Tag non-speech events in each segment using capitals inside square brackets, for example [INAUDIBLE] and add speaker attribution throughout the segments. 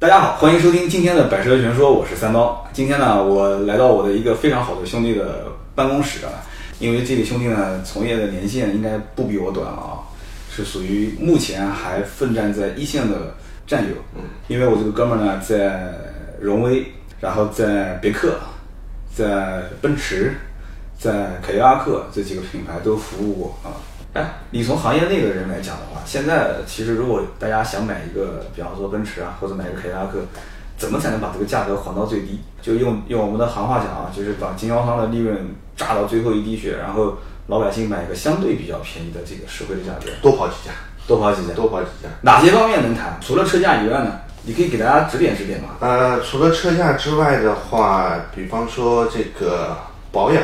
Speaker 1: 大家好，欢迎收听今天的《百车全说》，我是三刀。今天呢，我来到我的一个非常好的兄弟的办公室啊，因为这个兄弟呢，从业的年限应该不比我短了啊，是属于目前还奋战在一线的战友。因为我这个哥们儿呢，在荣威，然后在别克，在奔驰，在凯迪拉克这几个品牌都服务过啊。哎，你从行业内的人来讲的话，现在其实如果大家想买一个，比方说奔驰啊，或者买一个凯迪拉克，怎么才能把这个价格还到最低？就用用我们的行话讲啊，就是把经销商的利润榨到最后一滴血，然后老百姓买一个相对比较便宜的这个实惠的价格，
Speaker 2: 多跑几家，
Speaker 1: 多跑几家。
Speaker 2: 多跑几家。
Speaker 1: 哪些方面能谈？除了车价以外呢？你可以给大家指点指点嘛。
Speaker 2: 呃，除了车价之外的话，比方说这个保养，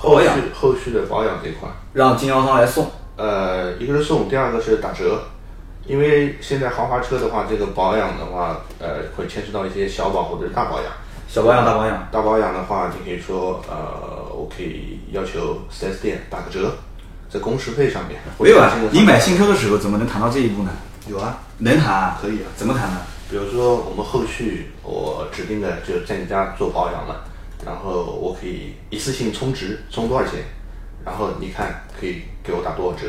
Speaker 1: 保养
Speaker 2: 后续后续的保养这一块，
Speaker 1: 让经销商来送。
Speaker 2: 呃，一个是送，第二个是打折，因为现在豪华车的话，这个保养的话，呃，会牵涉到一些小保或者是大保养。
Speaker 1: 小保养、大保养，
Speaker 2: 大保养的话，你可以说，呃，我可以要求 4S 店打个折，在工时费上面。
Speaker 1: 没有啊
Speaker 2: 这个？
Speaker 1: 你买新车的时候怎么能谈到这一步呢？
Speaker 2: 有啊？
Speaker 1: 能谈啊？
Speaker 2: 可以啊
Speaker 1: 怎么谈呢？
Speaker 2: 比如说我们后续我指定的就在你家做保养了，然后我可以一次性充值，充多少钱，然后你看可以给我打多少折，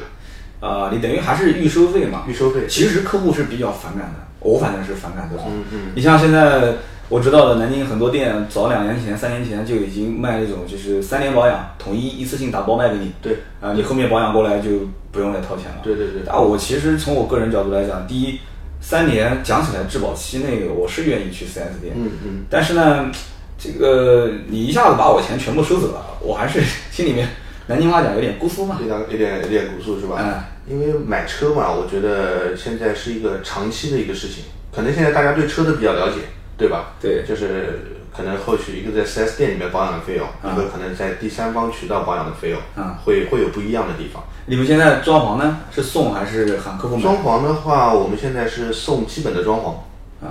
Speaker 1: 啊，你等于还是预收费嘛？
Speaker 2: 预收费
Speaker 1: 其实客户是比较反感的，我反正是反感这种。嗯嗯。你像现在我知道的，南京很多店早两年前、三年前就已经卖那种就是三年保养，统一一次性打包卖给你。
Speaker 2: 对
Speaker 1: 啊，你后面保养过来就不用再掏钱了。
Speaker 2: 对对对
Speaker 1: 但我其实从我个人角度来讲，第一，三年讲起来质保期那个，我是愿意去 4S 店。
Speaker 2: 嗯嗯。
Speaker 1: 但是呢，这个你一下子把我钱全部收走了，我还是 [LAUGHS] 心里面南京话讲有点姑苏嘛。
Speaker 2: 有点有点有点股数是吧？
Speaker 1: 嗯。
Speaker 2: 因为买车嘛，我觉得现在是一个长期的一个事情，可能现在大家对车的比较了解，对吧？
Speaker 1: 对
Speaker 2: 就是可能后续一个在 4S 店里面保养的费用，一个可能在第三方渠道保养的费用，
Speaker 1: 嗯
Speaker 2: 会会有不一样的地方。
Speaker 1: 你们现在装潢呢是送还是喊客户买？
Speaker 2: 装潢的话，我们现在是送基本的装潢，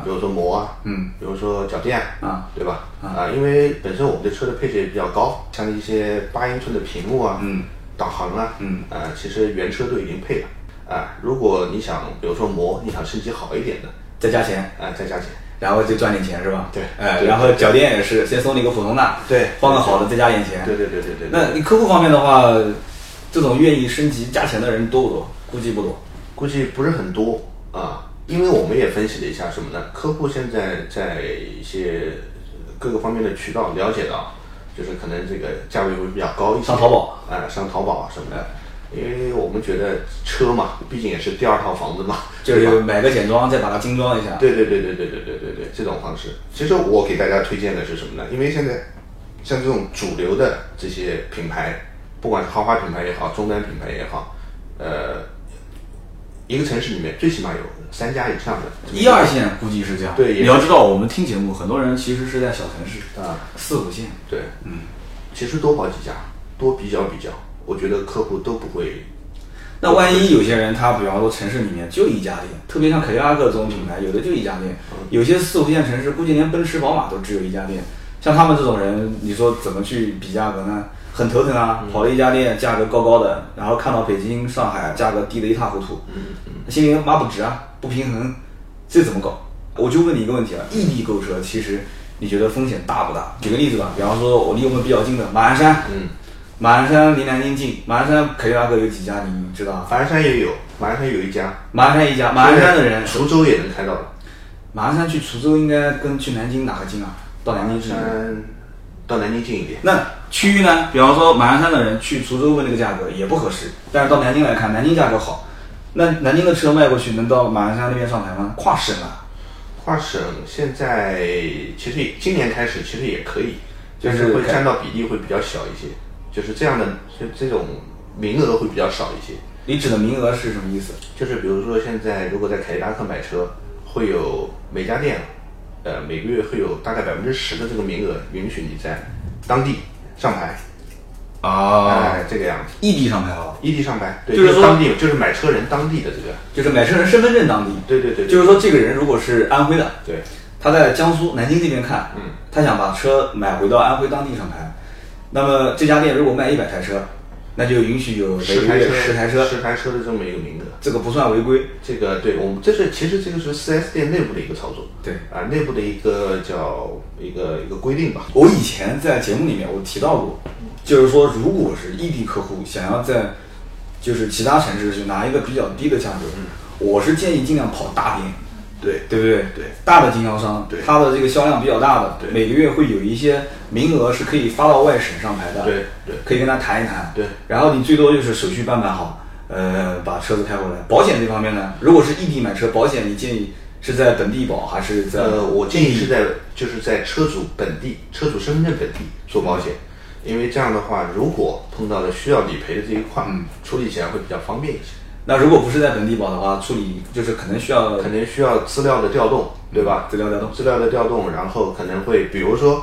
Speaker 2: 比如说膜啊，
Speaker 1: 嗯，
Speaker 2: 比如说脚垫
Speaker 1: 啊，
Speaker 2: 对吧？啊，因为本身我们的车的配置也比较高，像一些八英寸的屏幕啊，
Speaker 1: 嗯，
Speaker 2: 导航啊，
Speaker 1: 嗯，
Speaker 2: 啊，其实原车都已经配了。啊，如果你想，比如说膜，你想升级好一点的，
Speaker 1: 再加钱，
Speaker 2: 啊，再加钱。
Speaker 1: 然后就赚点钱是吧？
Speaker 2: 对
Speaker 1: 哎，
Speaker 2: 对
Speaker 1: 然后脚垫也是先送你一个普通的，
Speaker 2: 对
Speaker 1: 换个好的再加点钱。
Speaker 2: 对对对对对。
Speaker 1: 那你客户方面的话，这种愿意升级加钱的人多不多？估计不多。
Speaker 2: 估计不是很多啊，因为我们也分析了一下什么呢？客户现在在一些各个方面的渠道了解到，就是可能这个价位会比较高一些，
Speaker 1: 上淘宝
Speaker 2: 啊，上淘宝啊什么的，因为我们觉得车嘛，毕竟也是第二套房子嘛，
Speaker 1: 就是买个简装，再把它精装一下。
Speaker 2: 对对对对对对对对对，这种方式。其实我给大家推荐的是什么呢？因为现在像这种主流的这些品牌，不管是豪华品牌也好，中端品牌也好，呃，一个城市里面最起码有三家以上的这么
Speaker 1: 一二线估计是这样。
Speaker 2: 对也
Speaker 1: 你要知道，我们听节目，很多人其实是在小城市
Speaker 2: 啊，
Speaker 1: 四五线。
Speaker 2: 对，嗯，其实多跑几家，多比较比较，我觉得客户都不会
Speaker 1: 那万一有些人他比方说城市里面就一家店，特别像凯迪拉克这种品牌，有的就一家店，有些四五线城市估计连奔驰、宝马都只有一家店。像他们这种人，你说怎么去比价格呢？很头疼啊！跑了一家店，价格高高的，然后看到北京、上海价格低得一塌糊涂，心里妈不值啊，不平衡，这怎么搞？我就问你一个问题啊，异地购车其实你觉得风险大不大？举个例子吧，比方说我离我们比较近的马鞍山，
Speaker 2: 嗯，
Speaker 1: 马鞍山离南京近，马鞍山凯迪拉克有几家你知道啊？
Speaker 2: 马鞍山也有，马鞍山有一家，
Speaker 1: 马鞍山一家，马鞍山的人，
Speaker 2: 滁州也能开到了，
Speaker 1: 马鞍山去滁州应该跟去南京哪个近啊？到南京
Speaker 2: 鞍
Speaker 1: 去哪个。
Speaker 2: 山嗯到南京近一点，
Speaker 1: 那区域呢？比方说马鞍山的人去滁州问这个价格也不合适，但是到南京来看，南京价格好。那南京的车卖过去能到马鞍山那边上台吗？跨省啊，
Speaker 2: 跨省现在其实也今年开始其实也可以，
Speaker 1: 就
Speaker 2: 就是是会
Speaker 1: 开
Speaker 2: 占到比例会比较小一些，就是这样的就这种名额会比较少一些。
Speaker 1: 你指的名额是什么意思？
Speaker 2: 就是比如说现在如果在凯迪拉克买车，会有每家店，呃每个月会有大概百分之十的这个名额允许你在当地上牌，
Speaker 1: 啊，
Speaker 2: 哎这个样子，
Speaker 1: 异地上牌啊，
Speaker 2: 异地上牌，对，
Speaker 1: 就是说
Speaker 2: 当地就是买车人当地的这个，
Speaker 1: 就是买车人身份证当地。
Speaker 2: 对对对对
Speaker 1: 就是说这个人如果是安徽的，
Speaker 2: 对，
Speaker 1: 他在江苏南京这边看，
Speaker 2: 嗯，
Speaker 1: 他想把车买回到安徽当地上牌，那么这家店如果卖一百台车，那就允许有
Speaker 2: 十
Speaker 1: 每个
Speaker 2: 台
Speaker 1: 月
Speaker 2: 车
Speaker 1: 十台车，
Speaker 2: 十台车的这么一个名额。
Speaker 1: 这个不算违规。
Speaker 2: 这个对我们这是其实这个是 4S 店内部的一个操作，
Speaker 1: 对
Speaker 2: 啊，内部的一个叫一个一个规定吧。
Speaker 1: 我以前在节目里面我提到过，就是说，如果是异地客户想要在就是其他城市去拿一个比较低的价格，我是建议尽量跑大店，
Speaker 2: 对
Speaker 1: 对不对？
Speaker 2: 对
Speaker 1: 大的经销商，
Speaker 2: 对
Speaker 1: 它的这个销量比较大的，
Speaker 2: 对
Speaker 1: 每个月会有一些名额是可以发到外省上牌的，
Speaker 2: 对对
Speaker 1: 可以跟他谈一谈，
Speaker 2: 对
Speaker 1: 然后你最多就是手续办办好，呃，把车子开回来。保险这方面呢，如果是异地买车，保险你建议是在本地保还是在？
Speaker 2: 呃，我建议是在就是在车主本地、车主身份证本地做保险，因为这样的话，如果碰到了需要理赔的这一块，处理起来会比较方便一些。
Speaker 1: 那如果不是在本地保的话，处理就是可能需要
Speaker 2: 可能需要资料的调动，对吧？
Speaker 1: 资料调动
Speaker 2: 资料的调动，然后可能会比如说，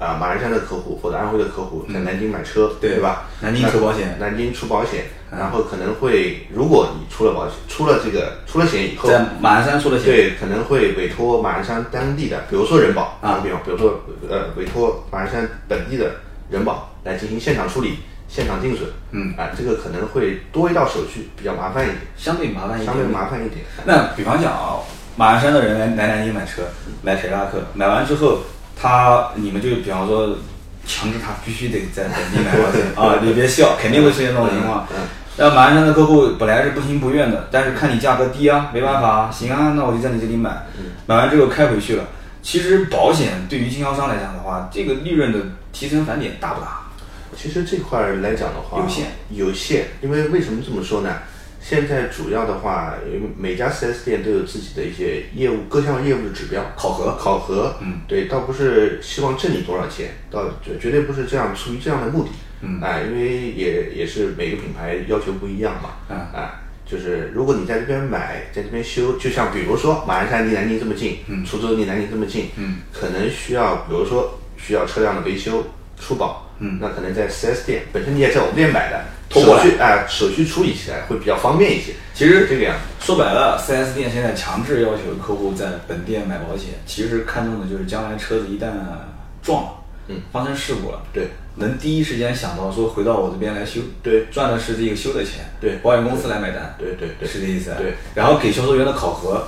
Speaker 2: 啊、马鞍山的客户或者安徽的客户在南京买车，
Speaker 1: 嗯对
Speaker 2: 对吧？
Speaker 1: 南京出保险嗯
Speaker 2: 那南京出保险，然后可能会，如果你出了保险，出了这个出了险以后，
Speaker 1: 在马鞍山出的险，
Speaker 2: 对，可能会委托马鞍山当地的，比如说人保
Speaker 1: 啊
Speaker 2: 比方比如说呃，委托马鞍山本地的人保来进行现场处理、现场定损，
Speaker 1: 嗯
Speaker 2: 啊、这个可能会多一道手续，比较麻烦一点，
Speaker 1: 相嗯对麻烦一点，
Speaker 2: 相对麻烦一点。
Speaker 1: 那比方讲啊，马鞍山的人来来南京买车，买凯迪拉克，买完之后，他你们就比方说强制他必须得在本地买保
Speaker 2: [LAUGHS]
Speaker 1: 险啊，你别笑，肯定会出现这种情况。
Speaker 2: 嗯
Speaker 1: 那马鞍山的客户本来是不情不愿的，但是看你价格低啊，没办法啊，行啊，那我就在你这里买，
Speaker 2: 嗯
Speaker 1: 买完之后开回去了。其实保险对于经销商来讲的话，这个利润的提升返点大不大？
Speaker 2: 其实这块儿来讲的话，
Speaker 1: 有限，
Speaker 2: 有限。因为为什么这么说呢？现在主要的话，因为每家 4S 店都有自己的一些业务各项业务的指标
Speaker 1: 考核
Speaker 2: 考核，
Speaker 1: 嗯，
Speaker 2: 对，倒不是希望挣你多少钱，倒绝绝对不是这样，出于这样的目的，嗯，哎、因为也也是每个品牌要求不一样嘛，
Speaker 1: 嗯
Speaker 2: 哎、就是如果你在这边买，在这边修，就像比如说马鞍山离南京这么近，嗯，滁州离南京这么近，
Speaker 1: 嗯，
Speaker 2: 可能需要，比如说需要车辆的维修、出保，嗯，那可能在 4S 店，本身你也在我们店买的，
Speaker 1: 拖过来
Speaker 2: 手续哎、手续处理起来会比较方便一些，
Speaker 1: 其实
Speaker 2: 是这个样子。
Speaker 1: 说白了，4S 店现在强制要求客户在本店买保险，其实看重的就是将来车子一旦撞了，
Speaker 2: 嗯，
Speaker 1: 发生事故了，
Speaker 2: 对，
Speaker 1: 能第一时间想到说回到我这边来修，
Speaker 2: 对
Speaker 1: 赚的是这个修的钱，
Speaker 2: 对
Speaker 1: 保险公司来买单，
Speaker 2: 对对对
Speaker 1: 是这意思啊，
Speaker 2: 对，
Speaker 1: 然后给销售员的考核，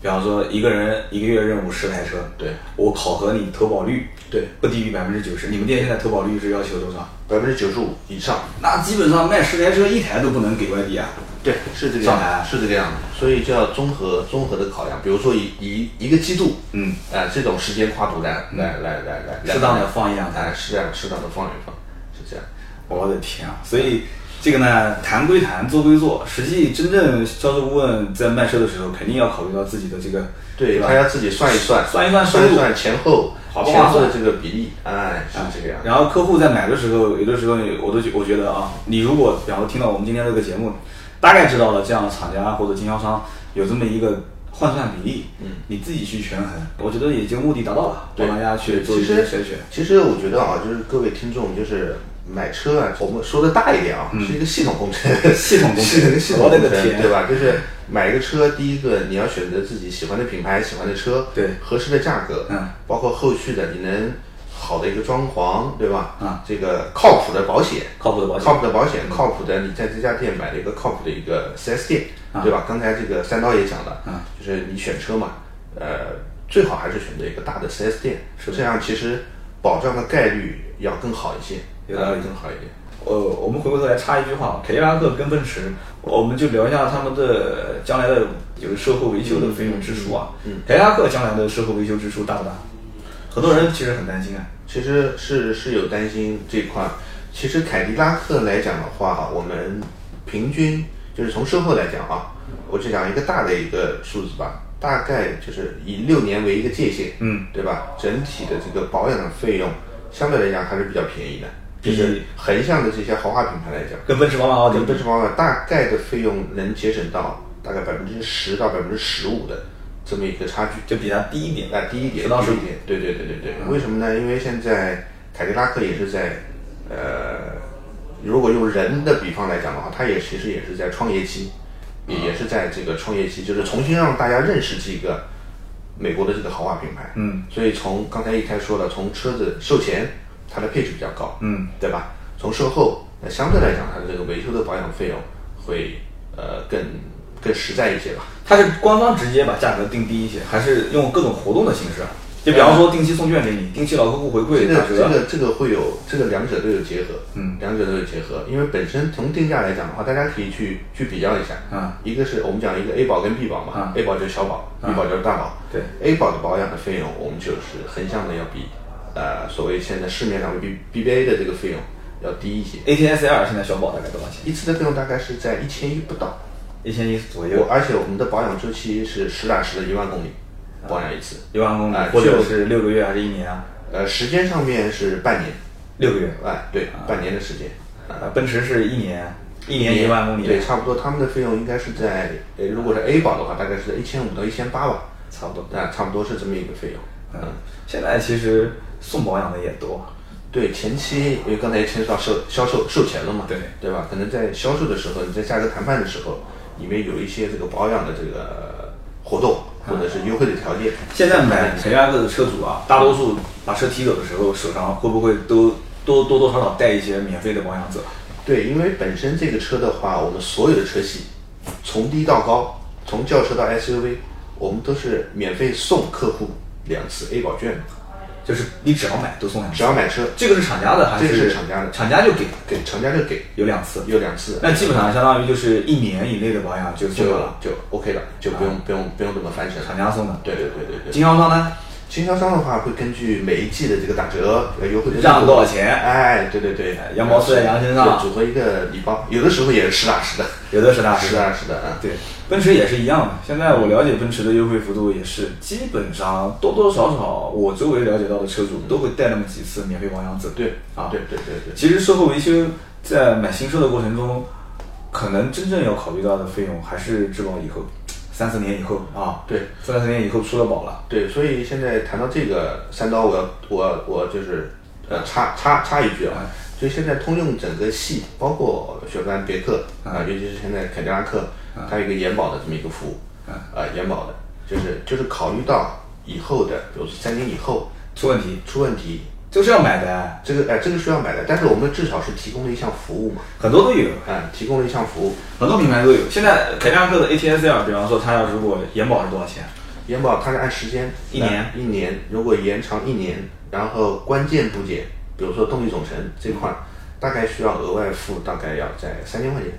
Speaker 1: 比方说一个人一个月任务十台车，
Speaker 2: 对，
Speaker 1: 我考核你投保率，
Speaker 2: 对，
Speaker 1: 不低于百分之九十，你们店现在投保率是要求多少？
Speaker 2: 百分之九十五以上，
Speaker 1: 那基本上卖十台车一台都不能给外地啊，
Speaker 2: 对，是这个
Speaker 1: 上
Speaker 2: 样
Speaker 1: 海
Speaker 2: 子，是这个样子。所以就要综合综合的考量，比如说以以一个季度，
Speaker 1: 嗯，
Speaker 2: 啊、这种时间跨度来、来来来来，来
Speaker 1: 适当的放一两台
Speaker 2: 哎，适当适当的放一放，是这样。
Speaker 1: 我的天啊！所以这个呢，谈归谈，做归做，实际真正销售顾问在卖车的时候，肯定要考虑到自己的这个，
Speaker 2: 对，
Speaker 1: 吧
Speaker 2: 他？要自己算一算，
Speaker 1: 算一算收入
Speaker 2: 算一算前后
Speaker 1: 划不
Speaker 2: 前
Speaker 1: 划
Speaker 2: 后的
Speaker 1: 算
Speaker 2: 这个比例，哎，是这个样子。
Speaker 1: 然后客户在买的时候，有的时候我都觉我觉得啊，你如果比方说听到我们今天这个节目，大概知道了这样厂家或者经销商有这么一个换算比例，嗯，你自己去权衡，我觉得也就目的达到了，
Speaker 2: 对
Speaker 1: 帮大家去做
Speaker 2: 其
Speaker 1: 一
Speaker 2: 实
Speaker 1: 些筛选。
Speaker 2: 其实我觉得啊，就是各位听众，就是买车啊，我们说的大一点啊，是一个系统工程，
Speaker 1: 嗯系统工程
Speaker 2: 是一个系统
Speaker 1: 我的
Speaker 2: 工
Speaker 1: 个
Speaker 2: 程，
Speaker 1: 天
Speaker 2: 对吧？就是买一个车，第一个你要选择自己喜欢的品牌、喜欢的车，
Speaker 1: 对
Speaker 2: 合适的价格，
Speaker 1: 嗯，
Speaker 2: 包括后续的你能好的一个装潢，对吧？
Speaker 1: 啊，
Speaker 2: 这个靠谱的保险，
Speaker 1: 靠谱的保险
Speaker 2: 靠谱的保险，靠谱的你在这家店买了一个靠谱的一个 4S 店，对吧？刚才这个三刀也讲了，
Speaker 1: 啊
Speaker 2: 就是你选车嘛，呃，最好还是选择一个大的 4S 店，
Speaker 1: 是的
Speaker 2: 这样其实保障的概率要更好一些，
Speaker 1: 有
Speaker 2: 呃
Speaker 1: 道理
Speaker 2: 更好一点。
Speaker 1: 呃，我们回过头来插一句话，凯迪拉克跟奔驰，我们就聊一下他们的将来的就是售后维修的费用支出啊。
Speaker 2: 嗯
Speaker 1: 凯迪拉克将来的售后维修支出大不大？很多人其实很担心啊。
Speaker 2: 其实是是有担心这一块。其实凯迪拉克来讲的话，我们平均就是从售后来讲啊，我只讲一个大的一个数字吧，大概就是以六年为一个界限，
Speaker 1: 嗯，
Speaker 2: 对吧？整体的这个保养的费用相对来讲还是比较便宜的，
Speaker 1: 比
Speaker 2: 就是横向的这些豪华品牌来讲，
Speaker 1: 跟奔驰、宝马、奥迪
Speaker 2: 跟，奔驰、宝马大概的费用能节省到大概百分之十到百分之十五的这么一个差距。
Speaker 1: 就比它低一点。
Speaker 2: 那低一点，
Speaker 1: 10到嗯
Speaker 2: 低一
Speaker 1: 15
Speaker 2: 点，对对对对对。为什么呢？因为现在凯迪拉克也是在，呃，如果用人的比方来讲的话，它也其实也是在创业期，也
Speaker 1: 嗯
Speaker 2: 也是在这个创业期，就是重新让大家认识这个美国的这个豪华品牌。
Speaker 1: 嗯，
Speaker 2: 所以从刚才一开始说了，从车子售前它的配置比较高，
Speaker 1: 嗯，
Speaker 2: 对吧？从售后那相对来讲，它的这个维修的保养费用会呃更更实在一些吧。
Speaker 1: 它是官方直接把价格定低一些，还是用各种活动的形式啊？就比方说定期送券给你，定期老客户回
Speaker 2: 这
Speaker 1: 馈
Speaker 2: 个
Speaker 1: 打
Speaker 2: 这
Speaker 1: 折，
Speaker 2: 个这个会有这个两者都有结合，
Speaker 1: 啊嗯
Speaker 2: 两者都有结合，因为本身从定价来讲的话，大家可以去去比较一下，
Speaker 1: 嗯
Speaker 2: 一个是我们讲一个 A 保跟 B 保嘛、
Speaker 1: 嗯
Speaker 2: a 保就是小保、
Speaker 1: 嗯
Speaker 2: b 保就是大保，
Speaker 1: 对
Speaker 2: ，A 保的保养的费用我们就是横向的要比呃所谓现在市面上的 B BBA 的这个费用要低一些，
Speaker 1: ATSL 现在小保大概多少钱？
Speaker 2: 一次的费用大概是在一千一不到，
Speaker 1: 一千一左
Speaker 2: 我
Speaker 1: 右，
Speaker 2: 而且我们的保养周期是实打实的一万公里保养一次，
Speaker 1: 一万公里
Speaker 2: 哎，
Speaker 1: 或者
Speaker 2: 就是
Speaker 1: 六个月还是一年啊？
Speaker 2: 呃，时间上面是半年，
Speaker 1: 六个月。
Speaker 2: 哎，对，半年的时间。
Speaker 1: 啊，奔驰是一年，一年一万公里。
Speaker 2: 对，差不多。他们的费用应该是在，呃，如果是 A 保的话，大概是在一千五到一千八吧，
Speaker 1: 差不多。
Speaker 2: 啊，差不多是这么一个费用。
Speaker 1: 嗯，现在其实送保养的也多。
Speaker 2: 对，前期因为刚才也牵涉到售销售售前了嘛，
Speaker 1: 对
Speaker 2: 对吧？可能在销售的时候，你在价格谈判的时候，里面有一些这个保养的这个呃活动或者是优惠的条件。
Speaker 1: 现在买凯迪拉克的车主啊，大多数把车提走的时候，手上会不会都都多多少少带一些免费的保养者？
Speaker 2: 对，因为本身这个车的话，我们所有的车系，从低到高，从轿车到 SUV，我们都是免费送客户两次 A 保券的，
Speaker 1: 啊就是你只要买都送两
Speaker 2: 只
Speaker 1: 次。
Speaker 2: 要买车，
Speaker 1: 这个是厂家的还
Speaker 2: 这个
Speaker 1: 是
Speaker 2: 是厂家的
Speaker 1: 厂家就给
Speaker 2: 给厂家就给
Speaker 1: 有两次，
Speaker 2: 有两次，
Speaker 1: 那基本上相当于就是一年以内的保养就送
Speaker 2: 就
Speaker 1: 掉了，
Speaker 2: 就 OK 了，啊就不用、不用不用这么翻身
Speaker 1: 厂
Speaker 2: 了。
Speaker 1: 家送的。
Speaker 2: 对对对对对，
Speaker 1: 经销商呢，
Speaker 2: 经销商的话会根据每一季的这个打折呃优惠的力度
Speaker 1: 让多少钱？
Speaker 2: 哎，对对对，
Speaker 1: 羊毛出在羊身上
Speaker 2: 对组合一个礼包，有的时候也是实打实的，
Speaker 1: 有的是大师
Speaker 2: 实打实的啊。
Speaker 1: 对，奔驰也是一样的。现在我了解奔驰的优惠幅度也是，基本上多多少少，我周围了解到的车主都会带那么几次免费保养者。
Speaker 2: 对
Speaker 1: 啊
Speaker 2: 对对对对，
Speaker 1: 其实售后维修在买新车的过程中，可能真正要考虑到的费用还是质保以后，三四年以后啊，
Speaker 2: 对
Speaker 1: 三四年以后出了保了，
Speaker 2: 对，所以现在谈到这个三刀，我要我我就是呃插插插一句啊，就现在通用整个系，包括雪佛兰、别克啊、尤其是现在凯迪拉克，它有一个延保的这么一个服务，啊、延保的，就是就是考虑到以后的，比如说三年以后
Speaker 1: 出问题
Speaker 2: 出问题，
Speaker 1: 就是要买的，
Speaker 2: 这个哎、这个是要买的，但是我们至少是提供了一项服务嘛，
Speaker 1: 很多都有，
Speaker 2: 啊、提供了一项服务，
Speaker 1: 很多品牌都有。现在凯迪拉克的 ATS-L，比方说它要如果延保是多少钱？
Speaker 2: 延保它是按时间，
Speaker 1: 一年
Speaker 2: 一年，如果延长一年，然后关键部件，比如说动力总成这块，大概需要额外付大概要在三千块钱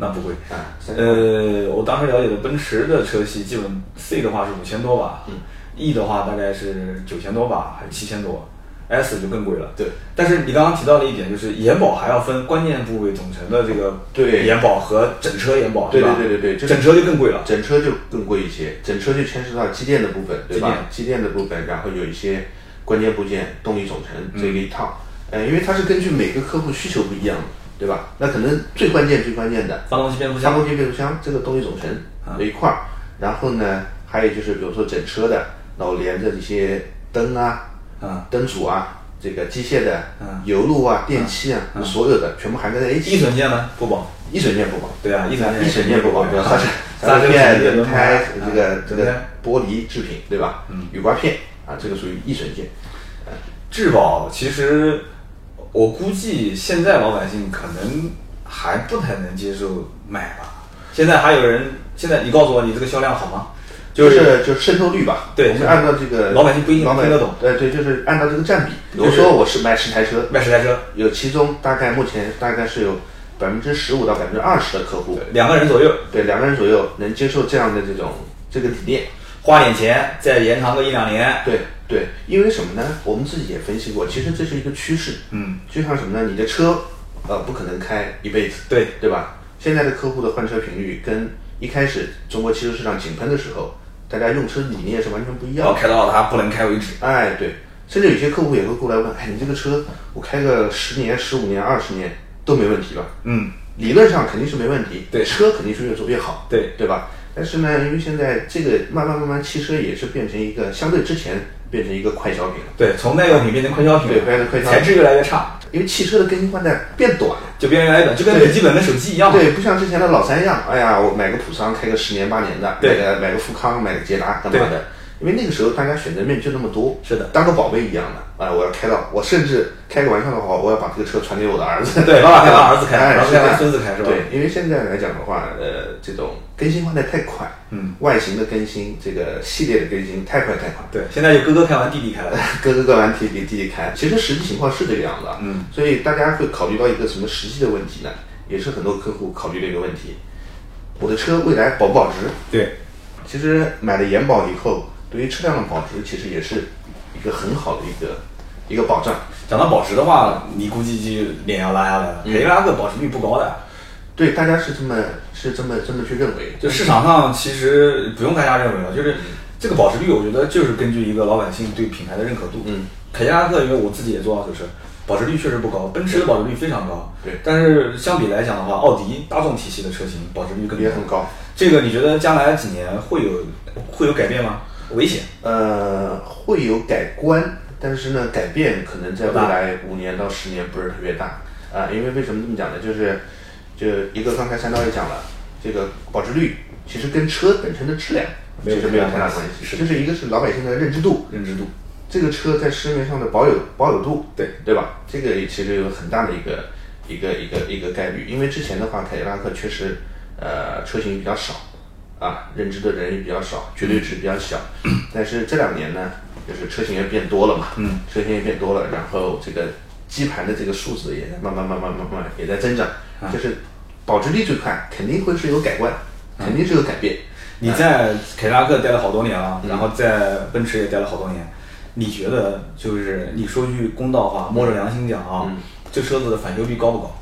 Speaker 1: 那不贵，
Speaker 2: 啊，三千
Speaker 1: 呃，我当时了解的奔驰的车系，基本 C 的话是五千多吧，嗯，E 的话大概是九千多吧，还是七千多，S 就更贵了。
Speaker 2: 对，
Speaker 1: 但是你刚刚提到了一点，就是延保还要分关键部位总成的这个
Speaker 2: 对
Speaker 1: 延保和整车延保，
Speaker 2: 对
Speaker 1: 是吧
Speaker 2: 对对对对这个
Speaker 1: 整车就更贵了。
Speaker 2: 整车就更贵一些，整车就牵涉到机电的部分，对吧？机电的部分，然后有一些关键部件、动力总成这
Speaker 1: 嗯
Speaker 2: 个一套，呃，因为它是根据每个客户需求不一样的，对吧？那可能最关键最关键的
Speaker 1: 发动机变速
Speaker 2: 发
Speaker 1: 箱
Speaker 2: 动机变速箱这个动力总成
Speaker 1: 啊
Speaker 2: 这一块儿，然后呢，还有就是比如说整车的，然后连着一些灯啊、
Speaker 1: 啊，
Speaker 2: 灯组啊、这个机械的、
Speaker 1: 嗯
Speaker 2: 油路啊、电器啊，所有的全部涵盖在哎一
Speaker 1: 一
Speaker 2: 起。
Speaker 1: 损，E 件呢不保，
Speaker 2: 一水件不保，
Speaker 1: 对啊一水啊件
Speaker 2: 一水 E 件不保，对吧？刹车、
Speaker 1: [LAUGHS] 刹
Speaker 2: 刹
Speaker 1: 车
Speaker 2: 车
Speaker 1: 片
Speaker 2: 片、
Speaker 1: 轮
Speaker 2: 轮
Speaker 1: 胎
Speaker 2: 胎、这个
Speaker 1: 啊
Speaker 2: 这
Speaker 1: 轮
Speaker 2: 个
Speaker 1: 胎
Speaker 2: 玻璃制品，对吧？
Speaker 1: 嗯
Speaker 2: 雨刮片啊，这个属于一水件。
Speaker 1: 质保其实我估计现在老百姓可能还不太能接受买吧。现在还有人，现在你告诉我你这个销量好吗？
Speaker 2: 就
Speaker 1: 就是
Speaker 2: 就是渗透率吧，
Speaker 1: 对
Speaker 2: 我们按照这个
Speaker 1: 老百姓不一定
Speaker 2: 老百
Speaker 1: 听得懂
Speaker 2: 对对，就是按照这个占比，比如
Speaker 1: 就是
Speaker 2: 说我是买十台车，
Speaker 1: 卖十台车，
Speaker 2: 有其中大概目前大概是有百分之十五到百分之二十的客户，
Speaker 1: 两个人左右，
Speaker 2: 对两个人左右能接受这样的这种这个理念。
Speaker 1: 花点钱再延长个一两年，
Speaker 2: 对对，因为什么呢？我们自己也分析过，其实这是一个趋势。
Speaker 1: 嗯，
Speaker 2: 就像什么呢？你的车呃不可能开一辈子，
Speaker 1: 对
Speaker 2: 对吧？现在的客户的换车频率跟一开始中国汽车市场井喷的时候，大家用车理念是完全不一样
Speaker 1: 要
Speaker 2: 的。
Speaker 1: 开到它不能开为止。
Speaker 2: 哎，对，甚至有些客户也会过来问，哎，你这个车我开个十年、十五年、二十年都没问题吧？
Speaker 1: 嗯，
Speaker 2: 理论上肯定是没问题，
Speaker 1: 对
Speaker 2: 车肯定是越做越好，
Speaker 1: 对
Speaker 2: 对吧？但是呢，因为现在这个慢慢慢慢，汽车也是变成一个相对之前变成一个快消品了，
Speaker 1: 对，从耐用品变成快消品，
Speaker 2: 对变成快消品
Speaker 1: 材质越来越差，
Speaker 2: 因为汽车的更新换代变短了。
Speaker 1: 就变越来越短，就跟
Speaker 2: 对
Speaker 1: 笔记本跟手机一样嘛。
Speaker 2: 对，不像之前的老三样，哎呀，我买个普桑开个十年八年的，
Speaker 1: 对
Speaker 2: 买个买个富康，买个捷达干嘛的？因为那个时候大家选择面就那么多，
Speaker 1: 是的
Speaker 2: 当个宝贝一样的。哎，我要开到，我甚至开个玩笑的话，我要把这个车传给我的儿子。
Speaker 1: 对爸爸开让儿子开
Speaker 2: [LAUGHS] 哎
Speaker 1: 然后
Speaker 2: 是这样
Speaker 1: 让孙子开是吧
Speaker 2: 对，因为现在来讲的话，呃，这种更新换代太快，
Speaker 1: 嗯，
Speaker 2: 外形的更新，这个系列的更新太快太快。 [LAUGHS]
Speaker 1: 对，现在就哥哥开完弟弟开了，
Speaker 2: 哥哥哥完题给弟弟开，其实实际情况是这个样子啊。
Speaker 1: 嗯，
Speaker 2: 所以大家会考虑到一个什么实际的问题呢？也是很多客户考虑的一个问题：我的车未来保不保值？
Speaker 1: 对，
Speaker 2: 其实买了延保以后，对于车辆的保值，其实也是一个很好的一个一个保障。
Speaker 1: 讲到保值的话，你估计就脸要拉下来了，凯迪拉克保值率不高的，
Speaker 2: 对，大家是这么是这么这么去认为。
Speaker 1: 就市场上其实不用大家认为了，就是
Speaker 2: 嗯
Speaker 1: 这个保值率，我觉得就是根据一个老百姓对品牌的认可度。
Speaker 2: 嗯，
Speaker 1: 凯迪拉克，因为我自己也做二手车，保值率确实不高，奔驰的保值率非常高。
Speaker 2: 对
Speaker 1: 但是相比来讲的话，奥迪、大众体系的车型保值率更
Speaker 2: 也很高。
Speaker 1: 这个你觉得将来几年会有会有改变吗？危险。
Speaker 2: 呃，会有改观，但是呢，改变可能在未来五年到十年不是特别大啊、因为为什么这么讲呢？就是，就一个刚才三刀也讲了，这个保值率其实跟车本身的质量
Speaker 1: 没有
Speaker 2: 其实没有
Speaker 1: 太
Speaker 2: 太
Speaker 1: 大
Speaker 2: 大关
Speaker 1: 关系
Speaker 2: 系，就是一个是老百姓的认知度，
Speaker 1: 认知度，
Speaker 2: 这个车在市面上的保有保有度，
Speaker 1: 对
Speaker 2: 对吧？这个其实有很大的一个一个一个一个概率，因为之前的话，凯迪拉克确实呃车型比较少啊，认知的人也比较少，绝对值比较小。但是这两年呢，就是车型也变多了嘛，
Speaker 1: 嗯，
Speaker 2: 车型也变多了，然后这个基盘的这个数字也在慢慢慢慢慢慢也在增长，
Speaker 1: 啊
Speaker 2: 就是保值率这块肯定会是有改观，
Speaker 1: 啊
Speaker 2: 肯定是有改变。
Speaker 1: 你在凯迪拉克待了好多年了，然后在奔驰也待了好多年，你觉得就是你说句公道话，摸着良心讲啊，
Speaker 2: 嗯
Speaker 1: 这车子的返修率高不高？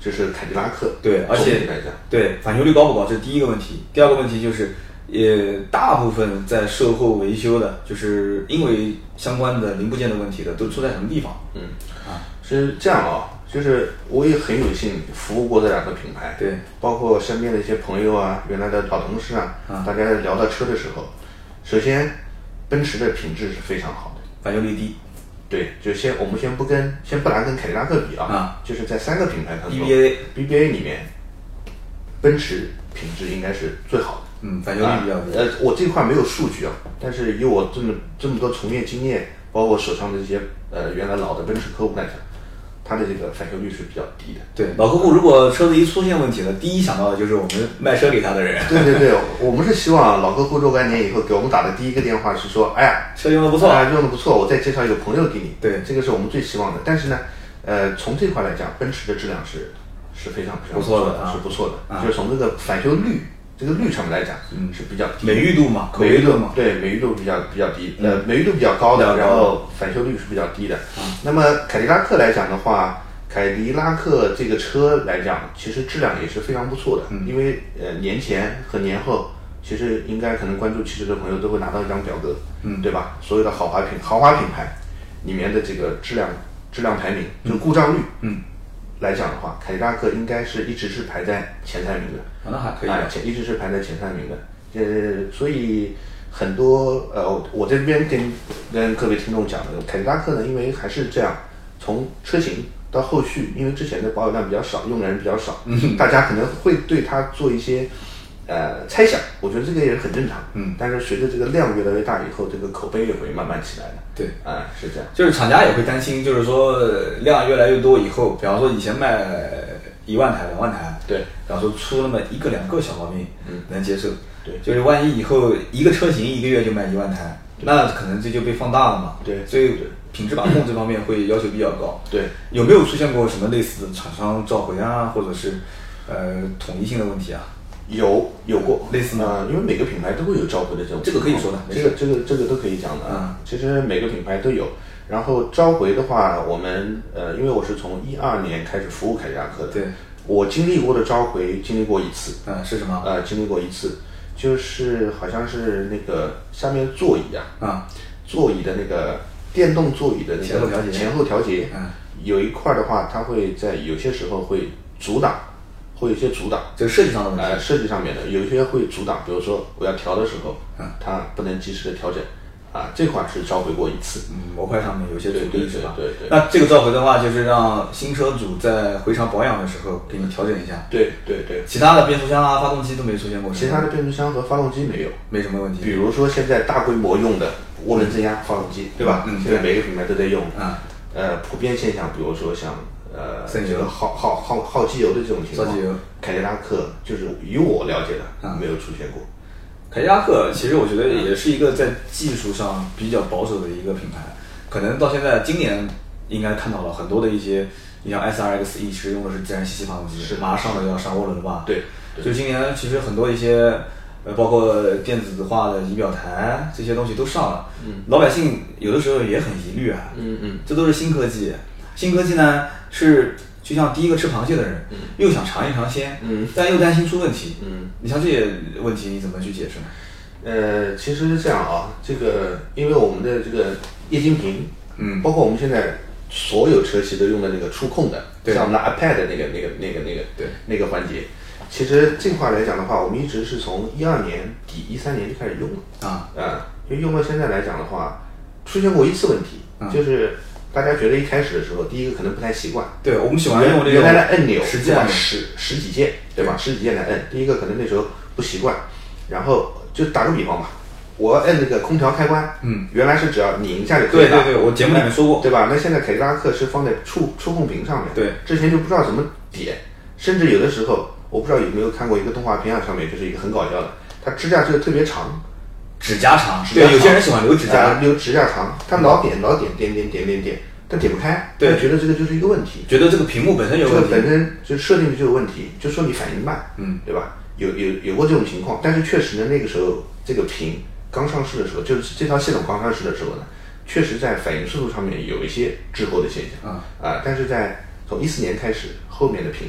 Speaker 2: 就是凯迪拉克，
Speaker 1: 对，而
Speaker 2: 总
Speaker 1: 且
Speaker 2: 体来讲，
Speaker 1: 对返修率高不高，这是第一个问题。第二个问题就是，也大部分在售后维修的，就是因为相关的零部件的问题的，都出在什么地方？
Speaker 2: 嗯。
Speaker 1: 啊，
Speaker 2: 是这样啊、就是我也很有幸服务过这两个品牌，
Speaker 1: 对，
Speaker 2: 包括身边的一些朋友啊，原来的老同事啊，
Speaker 1: 啊
Speaker 2: 大家在聊到车的时候，首先，奔驰的品质是非常好的，
Speaker 1: 返修率低
Speaker 2: 对，就先我们先不跟先不拿跟凯迪拉克比啊，
Speaker 1: 啊
Speaker 2: 就是在三个品牌当中
Speaker 1: ，BBA，
Speaker 2: BBA 里面，奔驰品质应该是最好的。
Speaker 1: 嗯，返修率比较低。
Speaker 2: 呃，我这块没有数据啊，但是以我这么这么多从业经验，包括手上的这些呃原来老的奔驰客户来讲，它的这个返修率是比较
Speaker 1: [LAUGHS]
Speaker 2: 低的。
Speaker 1: 对，老客户如果车子一出现问题了，第一想到的就是我们卖车给他的人，
Speaker 2: 对对对，我们是希望老客户若干年以后给我们打的第一个电话是说，哎呀，
Speaker 1: 车用的不
Speaker 2: 不
Speaker 1: 错。
Speaker 2: 啊，用的不错，我再介绍一个朋友给你。
Speaker 1: 对
Speaker 2: 这个是我们最希望的。但是呢，呃，从这块来讲，奔驰的质量是是非常非常
Speaker 1: 不错的啊
Speaker 2: 是不错的，
Speaker 1: 啊嗯
Speaker 2: 就是从这个返修率这个率上面来讲，是比较低的
Speaker 1: 美誉度嘛，口
Speaker 2: 美
Speaker 1: 碑
Speaker 2: 誉
Speaker 1: 度
Speaker 2: 度
Speaker 1: 嘛，
Speaker 2: 对，美誉度比较比较低，呃，美誉度比较高的，然后返修率是比较低的。那么凯迪拉克来讲的话，凯迪拉克这个车来讲，其实质量也是非常不错的，因为呃年前和年后，其实应该可能关注汽车的朋友都会拿到一张表格，嗯，对吧？所有的豪华品豪华品牌里面的这个质量质量排名，就故障率，
Speaker 1: 嗯，
Speaker 2: 来讲的话，凯迪拉克应该是一直是排在前三名的。
Speaker 1: 啊那还可以
Speaker 2: 啊
Speaker 1: 啊，
Speaker 2: 前一直是排在前三名的。呃，所以很多呃，我我这边跟跟各位听众讲的，凯迪拉克呢，因为还是这样，从车型到后续，因为之前的保有量比较少，用的人比较少，大家可能会对它做一些呃猜想，我觉得这个也很正常。嗯，但是随着这个量越来越大以后，这个口碑也会慢慢起来的。
Speaker 1: 对。
Speaker 2: 啊、是这样。
Speaker 1: 就是厂家也会担心，就是说呃量越来越多以后，比方说以前卖一万台、两万台，
Speaker 2: 对
Speaker 1: 比方说出那么一个两个小毛病，嗯，能接受。
Speaker 2: 对
Speaker 1: 就是万一以后一个车型一个月就卖一万台，那可能这就被放大了嘛。
Speaker 2: 对
Speaker 1: 所以品质把控这方面会要求比较高。
Speaker 2: 对，
Speaker 1: 有没有出现过什么类似的厂商召回啊，或者是呃统一性的问题啊？
Speaker 2: 有有过
Speaker 1: 类似吗
Speaker 2: 呃，因为每个品牌都会有召回的这种
Speaker 1: 这
Speaker 2: 情况，
Speaker 1: 个可以说的没
Speaker 2: 这
Speaker 1: 事
Speaker 2: 个这个这个都可以讲的。
Speaker 1: 嗯，
Speaker 2: 啊其实每个品牌都有。然后召回的话，我们呃，因为我是从一二年开始服务凯迪拉克的，
Speaker 1: 对，
Speaker 2: 我经历过的召回经历过一次，
Speaker 1: 嗯，是什么？
Speaker 2: 呃，经历过一次，就是好像是那个下面座椅啊，
Speaker 1: 啊，
Speaker 2: 座椅的那个电动座椅的那个
Speaker 1: 前后调节
Speaker 2: 前后调节
Speaker 1: 嗯
Speaker 2: 有一块的话，它会在有些时候会阻挡，会有一些阻挡。
Speaker 1: 这个设计上的问题。
Speaker 2: 啊呃，设计上面的有一些会阻挡，比如说我要调的时候，它不能及时的调整，啊，这款是召回过一次，
Speaker 1: 嗯，模块上面有一些阻
Speaker 2: 对对
Speaker 1: 力是吧？
Speaker 2: 对对对
Speaker 1: 那这个召回的话，就是让新车主在回厂保养的时候给你调整一下，
Speaker 2: 对对对，
Speaker 1: 其他的变速箱啊、发动机都没出现过什
Speaker 2: 其
Speaker 1: 么，
Speaker 2: 他的变速箱和发动机没有，
Speaker 1: 没什么问题。
Speaker 2: 比如说现在大规模用的涡轮增压发动机，对吧？
Speaker 1: 嗯
Speaker 2: 现在每个品牌都在用。
Speaker 1: 嗯
Speaker 2: 呃，普遍现象，比如说像呃，
Speaker 1: 渗油
Speaker 2: 这个耗耗耗耗机油的这种情况，
Speaker 1: 耗机油
Speaker 2: 凯迪拉克就是以我了解的、
Speaker 1: 嗯
Speaker 2: 没有出现过。
Speaker 1: 凯迪拉克其实我觉得也是一个在技术上比较保守的一个品牌，可能到现在今年应该看到了很多的一些，你像 S R X E 其实用的是自然吸气发动机，
Speaker 2: 是
Speaker 1: 马上的要上涡轮吧？
Speaker 2: 对对
Speaker 1: 就今年其实很多一些，呃，包括电子化的仪表台这些东西都上了，嗯，老百姓有的时候也很疑虑啊，
Speaker 2: 嗯嗯，
Speaker 1: 这都是新科技。新科技呢是就像第一个吃螃蟹的人，又想尝一尝鲜，
Speaker 2: 嗯，
Speaker 1: 但又担心出问题，
Speaker 2: 嗯，
Speaker 1: 你像这些问题你怎么去解释呢？
Speaker 2: 呃，其实是这样啊，这个因为我们的这个液晶屏，
Speaker 1: 嗯
Speaker 2: 包括我们现在所有车系都用的那个触控的，
Speaker 1: 对
Speaker 2: 像我们的 iPad 的那个那个那个那个
Speaker 1: 对
Speaker 2: 那个环节，其实这块来讲的话，我们一直是从一二年底一三年就开始用了。
Speaker 1: 啊，
Speaker 2: 啊，因为用到现在来讲的话，出现过一次问题，
Speaker 1: 嗯
Speaker 2: 就是大家觉得一开始的时候，第一个可能不太习惯，
Speaker 1: 对我们喜欢
Speaker 2: 原
Speaker 1: 用这
Speaker 2: 原
Speaker 1: 种
Speaker 2: 来的按钮
Speaker 1: 实际
Speaker 2: 对吧
Speaker 1: 按钮
Speaker 2: 十十几键对吧？十几键来摁，第一个可能那时候不习惯，然后就打个比方吧，我摁那个空调开关，
Speaker 1: 嗯，
Speaker 2: 原来是只要拧一下就可
Speaker 1: 对
Speaker 2: 以了，
Speaker 1: 对对，我节目里面说过，
Speaker 2: 对吧？那现在凯迪拉克是放在触触控屏上面，
Speaker 1: 对，
Speaker 2: 之前就不知道怎么点，甚至有的时候我不知道有没有看过一个动画片啊，上面就是一个很搞笑的，它支架就特别长。
Speaker 1: 指甲长，
Speaker 2: 指甲
Speaker 1: 对，有些
Speaker 2: 长
Speaker 1: 人喜欢留指
Speaker 2: 啊
Speaker 1: 甲，
Speaker 2: 留指甲长，他老点老点点点点点点，但点不开，
Speaker 1: 对
Speaker 2: 他觉得这个就是一个问题，
Speaker 1: 觉得这个屏幕本身
Speaker 2: 这
Speaker 1: 有
Speaker 2: 个
Speaker 1: 问
Speaker 2: 本
Speaker 1: 题，
Speaker 2: 身就设定的就有问题，就说你反应慢，
Speaker 1: 嗯，
Speaker 2: 对吧？有有有过这种情况，但是确实呢，那个时候这个屏刚上市的时候，就是这套系统刚上市的时候呢，确实在反应速度上面有一些滞后的现象
Speaker 1: 啊
Speaker 2: 啊，但是在从一四年开始，后面的屏，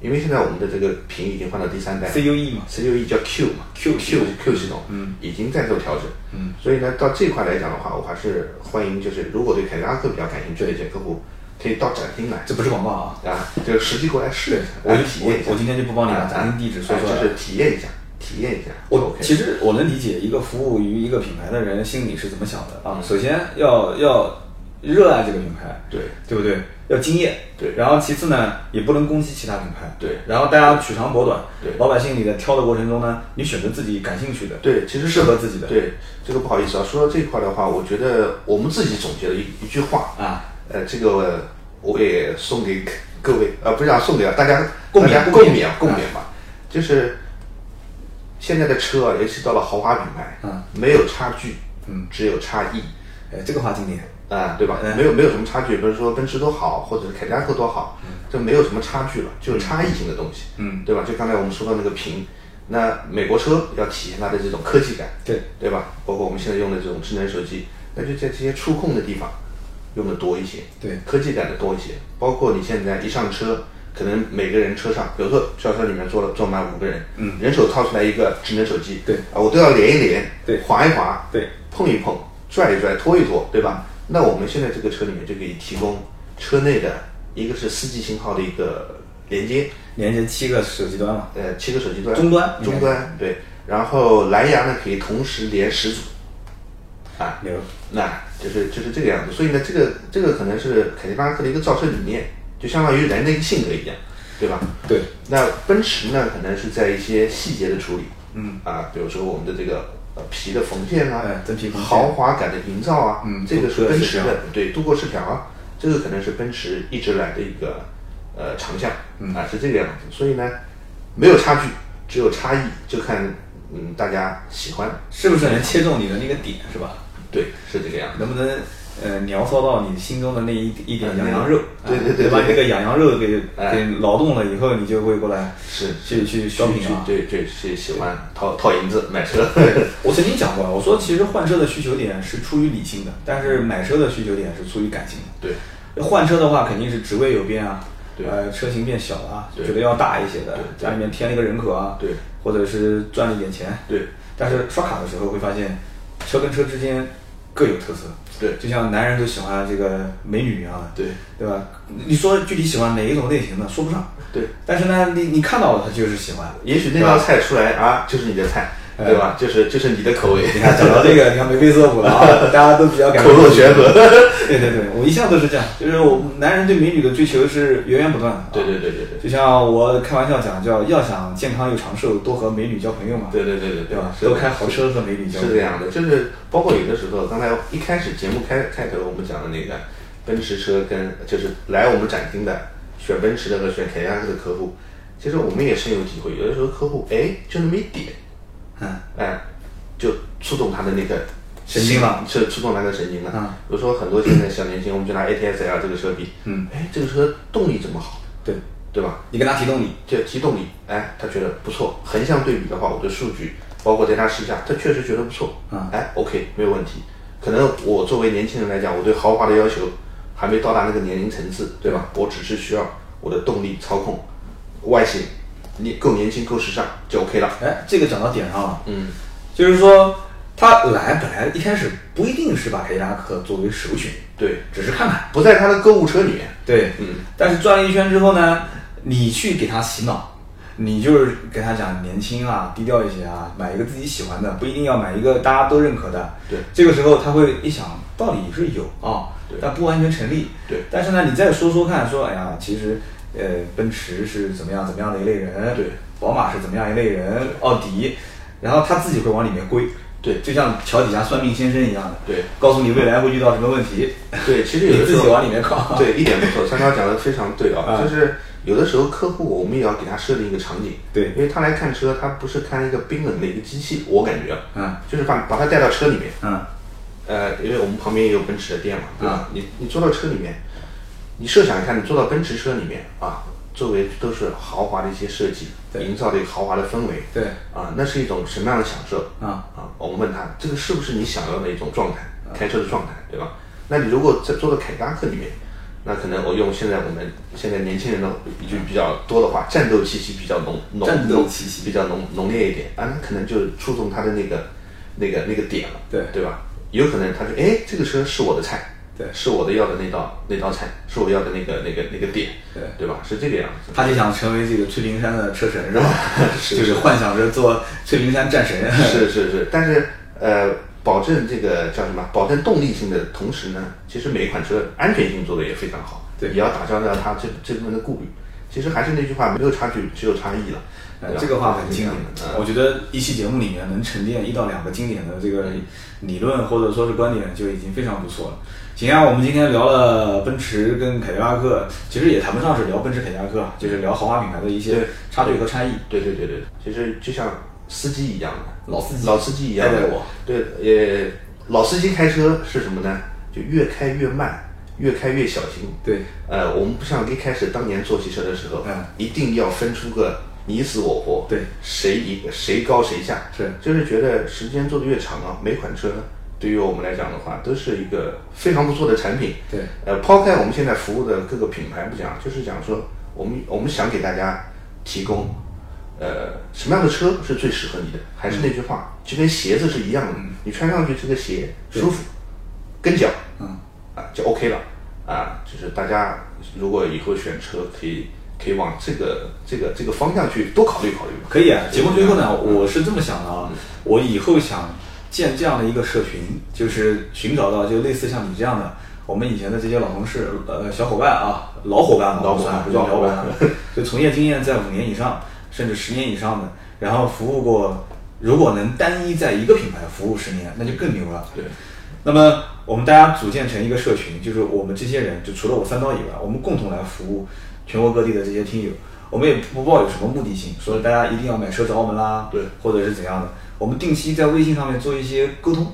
Speaker 2: 因为现在我们的这个屏已经换到第三代了
Speaker 1: CUE E 嘛，
Speaker 2: CUE 叫 Q 嘛
Speaker 1: Q
Speaker 2: Q Q 系统，嗯，已经在做调整，嗯，所以呢，到这块来讲的话，我还是欢迎，就是如果对凯迪拉克比较感兴趣的一些客户，可以到展厅来
Speaker 1: 这不是广告啊，
Speaker 2: 啊，就实际过来试一下，
Speaker 1: 我
Speaker 2: 来
Speaker 1: 就
Speaker 2: 体
Speaker 1: 我
Speaker 2: 验一下。
Speaker 1: 哎我今天就不帮你
Speaker 2: 啊
Speaker 1: 把咱们地址说出来
Speaker 2: 啊就是体验一下，体验一下。
Speaker 1: 哎我
Speaker 2: OK
Speaker 1: 其实我能理解一个服务于一个品牌的人心里是怎么想的啊。首先要要热爱这个品牌，
Speaker 2: 对
Speaker 1: 对不对？要敬业，
Speaker 2: 对
Speaker 1: 然后其次呢，也不能攻击其他品牌，
Speaker 2: 对
Speaker 1: 然后大家取长补短，
Speaker 2: 对
Speaker 1: 老百姓你在挑的过程中呢，你选择自己感兴趣的，
Speaker 2: 对，其实
Speaker 1: 适合自己的
Speaker 2: 对，这个不好意思啊，说到这一块的话，我觉得我们自己总结了一一句话
Speaker 1: 啊，
Speaker 2: 呃，这个我也送给各位，呃，不是啊，送给大家
Speaker 1: 共勉
Speaker 2: 大家
Speaker 1: 共
Speaker 2: 共
Speaker 1: 勉
Speaker 2: 勉共
Speaker 1: 啊
Speaker 2: 勉吧，就是现在的车啊，尤其到了豪华品牌，
Speaker 1: 嗯，
Speaker 2: 没有差距，
Speaker 1: 嗯，
Speaker 2: 只有差异。
Speaker 1: 哎，这个话经典，
Speaker 2: 啊、对吧？
Speaker 1: 嗯
Speaker 2: 没有没有什么差距，不是说奔驰多好，或者是凯迪拉克多好，这没有什么差距了，就是差异性的东西，
Speaker 1: 嗯，
Speaker 2: 对吧？就刚才我们说到那个屏，那美国车要体现它的这种科技感，
Speaker 1: 对
Speaker 2: 对吧？包括我们现在用的这种智能手机，那就在这些触控的地方用的多一些，
Speaker 1: 对
Speaker 2: 科技感的多一些。包括你现在一上车，可能每个人车上，比如说轿车里面坐了坐满五个人，嗯，人手掏出来一个智能手机，
Speaker 1: 对
Speaker 2: 啊，我都要连一连，
Speaker 1: 对
Speaker 2: 划一划，
Speaker 1: 对，
Speaker 2: 碰一碰，拽一拽，拖一拖，对吧？那我们现在这个车里面就可以提供车内的一个是四 G 信号的一个连接，
Speaker 1: 连接七个手机端嘛，
Speaker 2: 呃，七个手机端，
Speaker 1: 终端
Speaker 2: 终端对，然后蓝牙呢可以同时连十组，啊，
Speaker 1: 牛，
Speaker 2: 那就是就是这个样子。所以呢，这个这个可能是凯迪拉克的一个造车理念，就相当于人的一个性格一样，对吧？
Speaker 1: 对，
Speaker 2: 那奔驰呢，可能是在一些细节的处理，嗯啊，比如说我们的这个呃皮的缝线啊
Speaker 1: 哎，真皮缝线
Speaker 2: 豪华感的营造啊，
Speaker 1: 嗯
Speaker 2: 这个是奔驰
Speaker 1: 镀铬饰
Speaker 2: 的，对，镀铬饰条啊，这个可能是奔驰一直来的一个呃长项，啊，是这个样子。所以呢，没有差距，只有差异，就看嗯大家喜欢，
Speaker 1: 是不是能切中你的那个点是吧？
Speaker 2: 对，是这个样子。
Speaker 1: 能不能呃聊骚到你心中的那一一点
Speaker 2: 嗯
Speaker 1: 痒痒肉？
Speaker 2: 对
Speaker 1: 啊
Speaker 2: 对对
Speaker 1: 把你
Speaker 2: 对
Speaker 1: 这个痒痒肉给
Speaker 2: 哎
Speaker 1: 给劳动了以后，你就会过来
Speaker 2: 是
Speaker 1: 去去 shopping 啊。
Speaker 2: 对对，是喜欢掏掏银子买车，
Speaker 1: 我曾经讲过，我说其实换车的需求点是出于理性的，但是买车的需求点是出于感性的。
Speaker 2: [LAUGHS] 对
Speaker 1: 换车的话，肯定是职位有变啊，
Speaker 2: 对
Speaker 1: 呃，车型变小了啊，
Speaker 2: 对
Speaker 1: 觉得要大一些的
Speaker 2: 对，对
Speaker 1: 家里面添了一个人口啊，
Speaker 2: 对，
Speaker 1: 或者是赚了一点钱，
Speaker 2: 对
Speaker 1: 但是刷卡的时候会发现，车跟车之间各有特色，
Speaker 2: 对
Speaker 1: 就像男人都喜欢这个美女一样的，
Speaker 2: 对
Speaker 1: 对吧？你说具体喜欢哪一种类型呢？说不上，
Speaker 2: 对。
Speaker 1: 但是呢，你你看到了他就是喜欢，哎
Speaker 2: 也许那道菜出来啊，就是你的菜，对吧？就是就是你的口
Speaker 1: [LAUGHS]
Speaker 2: 味，
Speaker 1: 你看讲到这个，你看眉飞色舞了啊，大家都比较感
Speaker 2: 口若悬河。
Speaker 1: [LAUGHS] 对对对，我一向都是这样，就是我男人对美女的追求是源源不断的、啊。
Speaker 2: 对对对对对，
Speaker 1: 就像我开玩笑讲，叫要想健康又长寿，多和美女交朋友嘛。
Speaker 2: 对对对对
Speaker 1: 对吧？
Speaker 2: 是的
Speaker 1: 多开豪车和美女交
Speaker 2: 是
Speaker 1: 朋
Speaker 2: 这
Speaker 1: 友。
Speaker 2: 样的，就是包括有的时候，刚才一开始节目开开头我们讲的那个奔驰车跟就是来我们展厅的选奔驰的和选凯迪拉克的客户，其实我们也深有体会。有的时候客户哎就那么一点，
Speaker 1: 嗯，
Speaker 2: 哎，就触动他的那个
Speaker 1: 神经了，
Speaker 2: 是触动他的神经了。
Speaker 1: 嗯
Speaker 2: 比如说很多现在小年轻，我们就拿 ATS L 这个车比，
Speaker 1: 嗯，
Speaker 2: 哎，这个车动力怎么好，
Speaker 1: 对，
Speaker 2: 对吧？
Speaker 1: 你跟他提动你，
Speaker 2: 这提动力，哎，他觉得不错。横向对比的话，我的数据，包括在他试驾，他确实觉得不错，
Speaker 1: 嗯
Speaker 2: 哎，OK，没有问题。可能我作为年轻人来讲，我对豪华的要求还没到达那个年龄层次，对吧？我只是需要我的动力操控、外形，你够年轻、够时尚就 OK 了。
Speaker 1: 哎，这个讲到点上了。
Speaker 2: 嗯，
Speaker 1: 就是说他来本来一开始不一定是把凯迪拉克作为首选，
Speaker 2: 对，
Speaker 1: 只是看看。
Speaker 2: 不在他的购物车里面。
Speaker 1: 对，
Speaker 2: 嗯，
Speaker 1: 但是转了一圈之后呢，你去给他洗脑，你就是给他讲年轻啊，低调一些啊，买一个自己喜欢的，不一定要买一个大家都认可的。
Speaker 2: 对
Speaker 1: 这个时候他会一想，道理是有啊
Speaker 2: 对，
Speaker 1: 但不完全成立。
Speaker 2: 对
Speaker 1: 但是呢，你再说说看，说哎呀，其实呃，奔驰是怎么样怎么样的一类人，
Speaker 2: 对，
Speaker 1: 宝马是怎么样一类人，奥迪，然后他自己会往里面归。
Speaker 2: 对
Speaker 1: 就像桥底下算命先生一样的，
Speaker 2: 对，
Speaker 1: 告诉你未来会遇到什么问题，
Speaker 2: 对，其实有
Speaker 1: [LAUGHS] 你
Speaker 2: 的
Speaker 1: 自
Speaker 2: 时
Speaker 1: 己
Speaker 2: 候
Speaker 1: 往里面靠。，
Speaker 2: [LAUGHS] 对一点不错，三刀讲的非常对啊、
Speaker 1: 啊
Speaker 2: 就是有的时候客户我们也要给他设定一个场景，
Speaker 1: 对
Speaker 2: 因为他来看车，他不是看一个冰冷的一个机器，我感觉啊，
Speaker 1: 嗯
Speaker 2: 就是把把他带到车里面，
Speaker 1: 嗯，
Speaker 2: 呃，因为我们旁边也有奔驰的店嘛，对吧？
Speaker 1: 啊
Speaker 2: 你你坐到车里面，你设想一下，你坐到奔驰车里面啊，周围都是豪华的一些设计，
Speaker 1: 对
Speaker 2: 营造的一个豪华的氛围，
Speaker 1: 对，
Speaker 2: 啊，那是一种什么样的享受？
Speaker 1: 啊
Speaker 2: 啊，我们问他这个是不是你想要的一种状态，
Speaker 1: 嗯
Speaker 2: 开车的状态，对吧？那你如果在坐到凯迪拉克里面，那可能我用现在我们现在年轻人的一句比较多的话，战斗气息比较浓浓，
Speaker 1: 战斗气息
Speaker 2: 比较浓浓烈一点啊，那可能就触动他的那个那个那个点了，
Speaker 1: 对
Speaker 2: 对吧？有可能他就哎，这个车是我的菜，
Speaker 1: 对
Speaker 2: 是我的要的那道那道菜，是我要的那个那个那个点，
Speaker 1: 对
Speaker 2: 对吧？是这个样子。
Speaker 1: 他就想成为这个崔灵山的车神是吧？
Speaker 2: 是
Speaker 1: 就是幻想着做崔灵山战
Speaker 2: [LAUGHS]
Speaker 1: 神。
Speaker 2: [LAUGHS] 是是是，但是呃，保证这个叫什么？保证动力性的同时呢，其实每一款车安全性做的也非常好，
Speaker 1: 对
Speaker 2: 也要打消掉它这这部分的顾虑。其实还是那句话，没有差距，只有差异了。
Speaker 1: 呃
Speaker 2: 对吧啊
Speaker 1: 这个话很经典
Speaker 2: 是这样，的嗯
Speaker 1: 我觉得一期节目里面能沉淀一到两个经典的这个理论或者说是观点，就已经非常不错了。行啊，我们今天聊了奔驰跟凯迪拉克，其实也谈不上是聊奔驰凯迪拉克啊，就是聊豪华品牌的一些
Speaker 2: 对
Speaker 1: 差距和差异。
Speaker 2: 对对对对，其实就像司机一样的，
Speaker 1: 老司机
Speaker 2: 老司机一样
Speaker 1: 带
Speaker 2: 的
Speaker 1: 带我。
Speaker 2: 对，也老司机开车是什么呢？就越开越慢，越开越小心。
Speaker 1: 对，
Speaker 2: 呃，我们不像一开始当年做汽车的时候，
Speaker 1: 嗯
Speaker 2: 一定要分出个你死我活，
Speaker 1: 对
Speaker 2: 谁赢谁高谁下，
Speaker 1: 是
Speaker 2: 就是觉得时间做的越长啊，每款车对于我们来讲的话，都是一个非常不错的产品。
Speaker 1: 对，
Speaker 2: 呃，抛开我们现在服务的各个品牌不讲，就是讲说我们我们想给大家提供，呃，什么样的车是最适合你的？还是那句话，就跟鞋子是一样的，你穿上去这个鞋舒服，跟脚，
Speaker 1: 嗯，
Speaker 2: 啊就 OK 了啊，就是大家如果以后选车可以可以往这个这个这个方向去多考虑考虑吧。
Speaker 1: 可以啊。节目最后呢，我是这么想的啊，我以后想建这样的一个社群，就是寻找到就类似像你这样的，我们以前的这些老同事、呃小伙伴啊，老伙伴吧，
Speaker 2: 老伙伴
Speaker 1: 不叫
Speaker 2: 老
Speaker 1: 老
Speaker 2: 伙
Speaker 1: 伙
Speaker 2: 伴
Speaker 1: 伴，啊就从业经验在五年以上，甚至十年以上的，然后服务过，如果能单一在一个品牌服务十年，那就更牛了。
Speaker 2: 对，
Speaker 1: 那么我们大家组建成一个社群，就是我们这些人，就除了我三刀以外，我们共同来服务全国各地的这些听友。我们也不抱有什么目的性，说大家一定要买车找我们啦，
Speaker 2: 对
Speaker 1: 或者是怎样的。我们定期在微信上面做一些沟通。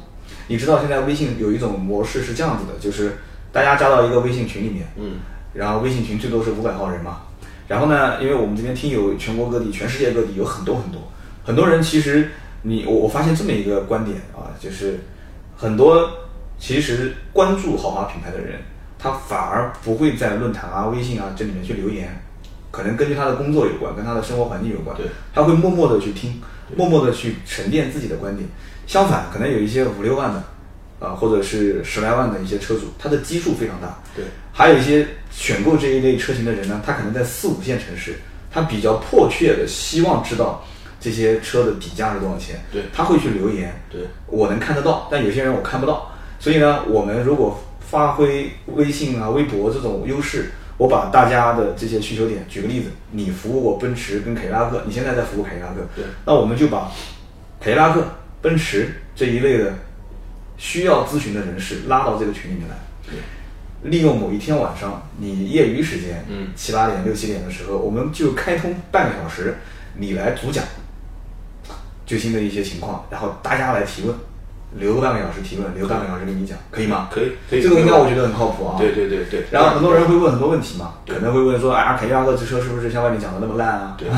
Speaker 1: 你知道现在微信有一种模式是这样子的，就是大家加到一个微信群里面，
Speaker 2: 嗯，
Speaker 1: 然后微信群最多是五百号人嘛。然后呢，因为我们这边听友全国各地、全世界各地有很多很多，很多人其实你我我发现这么一个观点啊，就是很多其实关注豪华品牌的人，他反而不会在论坛啊、微信啊这里面去留言，可能根据他的工作有关，跟他的生活环境有关，
Speaker 2: 对
Speaker 1: 他会默默的去听，默默的去沉淀自己的观点。相反，可能有一些五六万的，啊，或者是十来万的一些车主，他的基数非常大，
Speaker 2: 对
Speaker 1: 还有一些选购这一类车型的人呢，他可能在四五线城市，他比较迫切的希望知道这些车的底价是多少钱，
Speaker 2: 对
Speaker 1: 他会去留言，
Speaker 2: 对，
Speaker 1: 我能看得到，但有些人我看不到。所以呢，我们如果发挥微信啊、微博这种优势，我把大家的这些需求点，举个例子，你服务过奔驰跟凯迪拉克，你现在在服务凯迪拉克，
Speaker 2: 对
Speaker 1: 那我们就把凯迪拉克、奔驰这一类的需要咨询的人士拉到这个群里面来。利用某一天晚上，你业余时间，
Speaker 2: 嗯
Speaker 1: 七八点、六七点的时候，我们就开通半个小时，你来主讲最新的一些情况，然后大家来提问，留个半个小时提问，留半个小时跟你讲，可以吗？
Speaker 2: 可以可以
Speaker 1: 这个应该我觉得很靠谱啊。
Speaker 2: 对对对对
Speaker 1: [LAUGHS] 然后很多人会问很多问题嘛，可能会问说，哎呀，凯迪拉克这车是不是像外面讲的那么烂啊？ [LAUGHS]
Speaker 2: 对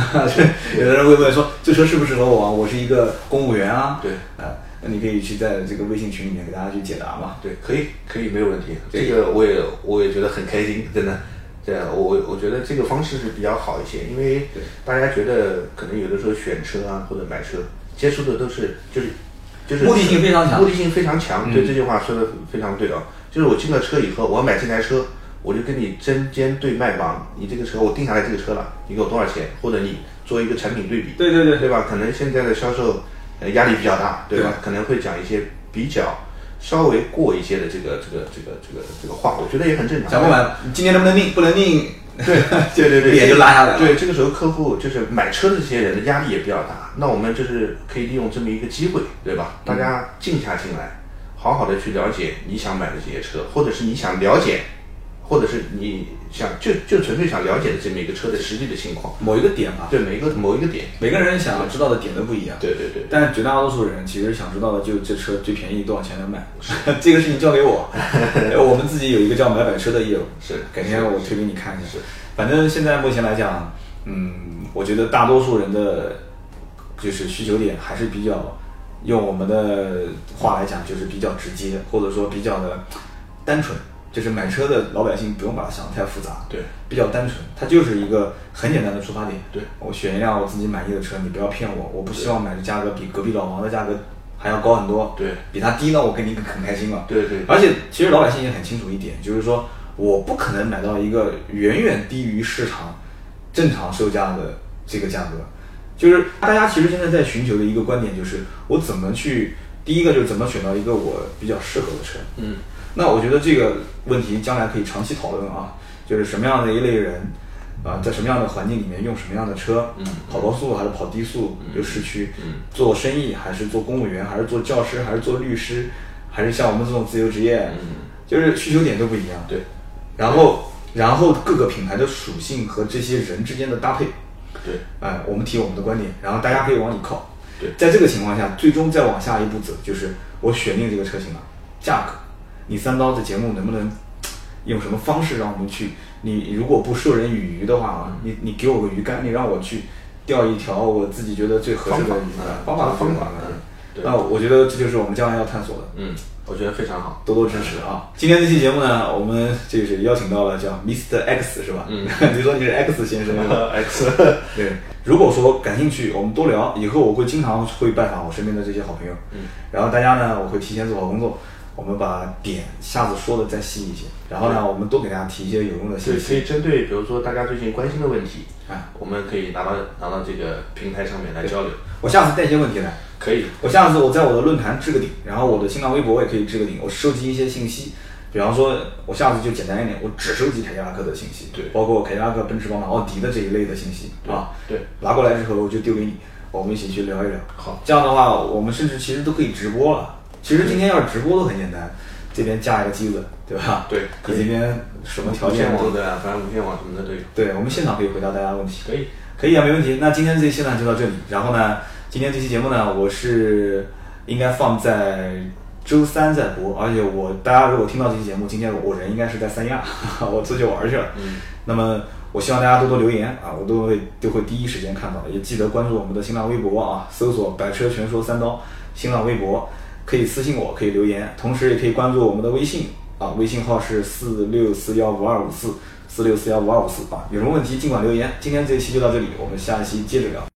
Speaker 1: 有的人会问说，这车适不适合我啊？我是一个公务员啊。
Speaker 2: 对
Speaker 1: 呃，那你可以去在这个微信群里面给大家去解答嘛。
Speaker 2: 对，可以，可以，没有问题。
Speaker 1: 啊对
Speaker 2: 这个我也我也觉得很开心，真的。对，啊我我觉得这个方式是比较好一些，因为
Speaker 1: 对
Speaker 2: 大家觉得可能有的时候选车啊或者买车，接触的都是就是就是
Speaker 1: 目的性非常强嗯
Speaker 2: 目的性非常强。对这句话说的非常对啊，就是我进了车以后，我要买这台车，我就跟你针尖对麦芒，你这个车我定下来这个车了，你给我多少钱，或者你做一个产品对比，
Speaker 1: 对对对
Speaker 2: 对吧？可能现在的销售呃压力比较大，对吧？
Speaker 1: 对
Speaker 2: 可能会讲一些比较稍微过一些的这个这个这个这个这个话，我觉得也很正常。
Speaker 1: 想不买，今天能不能定？不能定，
Speaker 2: 对 [LAUGHS] 对对对，
Speaker 1: 脸就拉下来了
Speaker 2: 对，这个时候客户就是买车的这些人的压力也比较大，那我们就是可以利用这么一个机会，对吧？
Speaker 1: 嗯
Speaker 2: 大家静下心来，好好的去了解你想买的这些车，或者是你想了解，或者是你想就就纯粹想了解的这么一个车的实际的情况。
Speaker 1: 某一个点吧。
Speaker 2: 对每一个某一个点，
Speaker 1: 每个人想知道的点都不一样。
Speaker 2: 对对对，
Speaker 1: 但是绝大多数人其实想知道的就是这车最便宜多少钱能买， [LAUGHS] 这个事情交给我。呃我们自己有一个叫买买车的业务，
Speaker 2: 是
Speaker 1: 改天我推给你看一下。
Speaker 2: 是
Speaker 1: 反正现在目前来讲，嗯，我觉得大多数人的就是需求点还是比较，用我们的话来讲就是比较直接，或者说比较的单纯，就是买车的老百姓不用把它想得太复杂。
Speaker 2: 对
Speaker 1: 比较单纯，它就是一个很简单的出发点。
Speaker 2: 对
Speaker 1: 我选一辆我自己满意的车，你不要骗我，我不希望买的价格比隔壁老王的价格还要高很多。
Speaker 2: 对
Speaker 1: 比他低呢，我肯定很开心了。
Speaker 2: 对对
Speaker 1: 而且其实老百姓也很清楚一点，就是说我不可能买到一个远远低于市场正常售价的这个价格。就是大家其实现在在寻求的一个观点就是，我怎么去第一个就是怎么选到一个我比较适合的车。
Speaker 2: 嗯，
Speaker 1: 那我觉得这个问题将来可以长期讨论啊，就是什么样的一类人，啊、在什么样的环境里面用什么样的车，
Speaker 2: 嗯
Speaker 1: 跑高速还是跑低速，就市区，
Speaker 2: 嗯
Speaker 1: 做生意还是做公务员，还是做教师，还是做律师，还是像我们这种自由职业，就是需求点都不一样。
Speaker 2: 嗯对，
Speaker 1: 然后然后各个品牌的属性和这些人之间的搭配，
Speaker 2: 对
Speaker 1: 哎、我们提我们的观点，然后大家可以往里靠。
Speaker 2: 对
Speaker 1: 在这个情况下，最终再往下一步走，就是我选定这个车型了，价格，你三刀的节目能不能用什么方式让我们去？你如果不授人以渔的话
Speaker 2: 嗯
Speaker 1: 啊，你你给我个鱼竿，你让我去钓一条我自己觉得最合适的
Speaker 2: 方法
Speaker 1: 鱼竿
Speaker 2: 嗯，
Speaker 1: 方法
Speaker 2: 方法
Speaker 1: 方法
Speaker 2: 嗯对
Speaker 1: 那我觉得这就是我们将来要探索的。
Speaker 2: 嗯，我觉得非常好。
Speaker 1: 多多支持
Speaker 2: 嗯
Speaker 1: 啊！今天这期节目呢，我们就是邀请到了叫 Mr. X 是吧？嗯，就 [LAUGHS] 说你是 X 先
Speaker 2: [LAUGHS]
Speaker 1: 生。
Speaker 2: X， [LAUGHS]
Speaker 1: 对，如果说感兴趣，我们多聊。以后我会经常会拜访我身边的这些好朋友。嗯，然后大家呢，我会提前做好工作，我们把点下次说的再细一些。然后呢，我们多给大家提一些有用的信
Speaker 2: 对，可
Speaker 1: 息。
Speaker 2: 以针对比如说大家最近关心的问题，
Speaker 1: 哎，
Speaker 2: 我们可以拿到拿到这个平台上面来交流。
Speaker 1: 我下次带一些问题来。
Speaker 2: 可以，
Speaker 1: 我下次我在我的论坛置个顶，然后我的新浪微博我也可以置个顶，我收集一些信息。比方说，我下次就简单一点，我只收集凯迪拉克的信息，
Speaker 2: 对
Speaker 1: 包括凯迪拉克、奔驰、宝马、奥迪的这一类的信息啊。
Speaker 2: 对，
Speaker 1: 拿过来之后我就丢给你，我们一起去聊一聊。
Speaker 2: 好，
Speaker 1: 这样的话，我们甚至其实都可以直播了。其实今天要是直播都很简单，这边架一个机子，对吧？
Speaker 2: 对可
Speaker 1: 你这
Speaker 2: 以
Speaker 1: 边什么条
Speaker 2: 无
Speaker 1: 件
Speaker 2: 线
Speaker 1: 都
Speaker 2: 网的，反正无线网什么的都有。
Speaker 1: 对，我们现场可以回答大家问题。
Speaker 2: 可以，
Speaker 1: 可以啊，没问题。那今天这期呢就到这里。然后呢，今天这期节目呢，我是应该放在周三再播，而且我大家如果听到这期节目，今天我人应该是在三亚， [LAUGHS] 我出去玩去了。嗯。那么我希望大家多多留言啊，我都会都会第一时间看到的。也记得关注我们的新浪微博啊，搜索“百车全说三刀”新浪微博，可以私信我，可以留言，同时也可以关注我们的微信啊，微信号是四六四幺五二五四四六四幺五二五四啊，有什么问题尽管留言。今天这一期就到这里，我们下一期接着聊。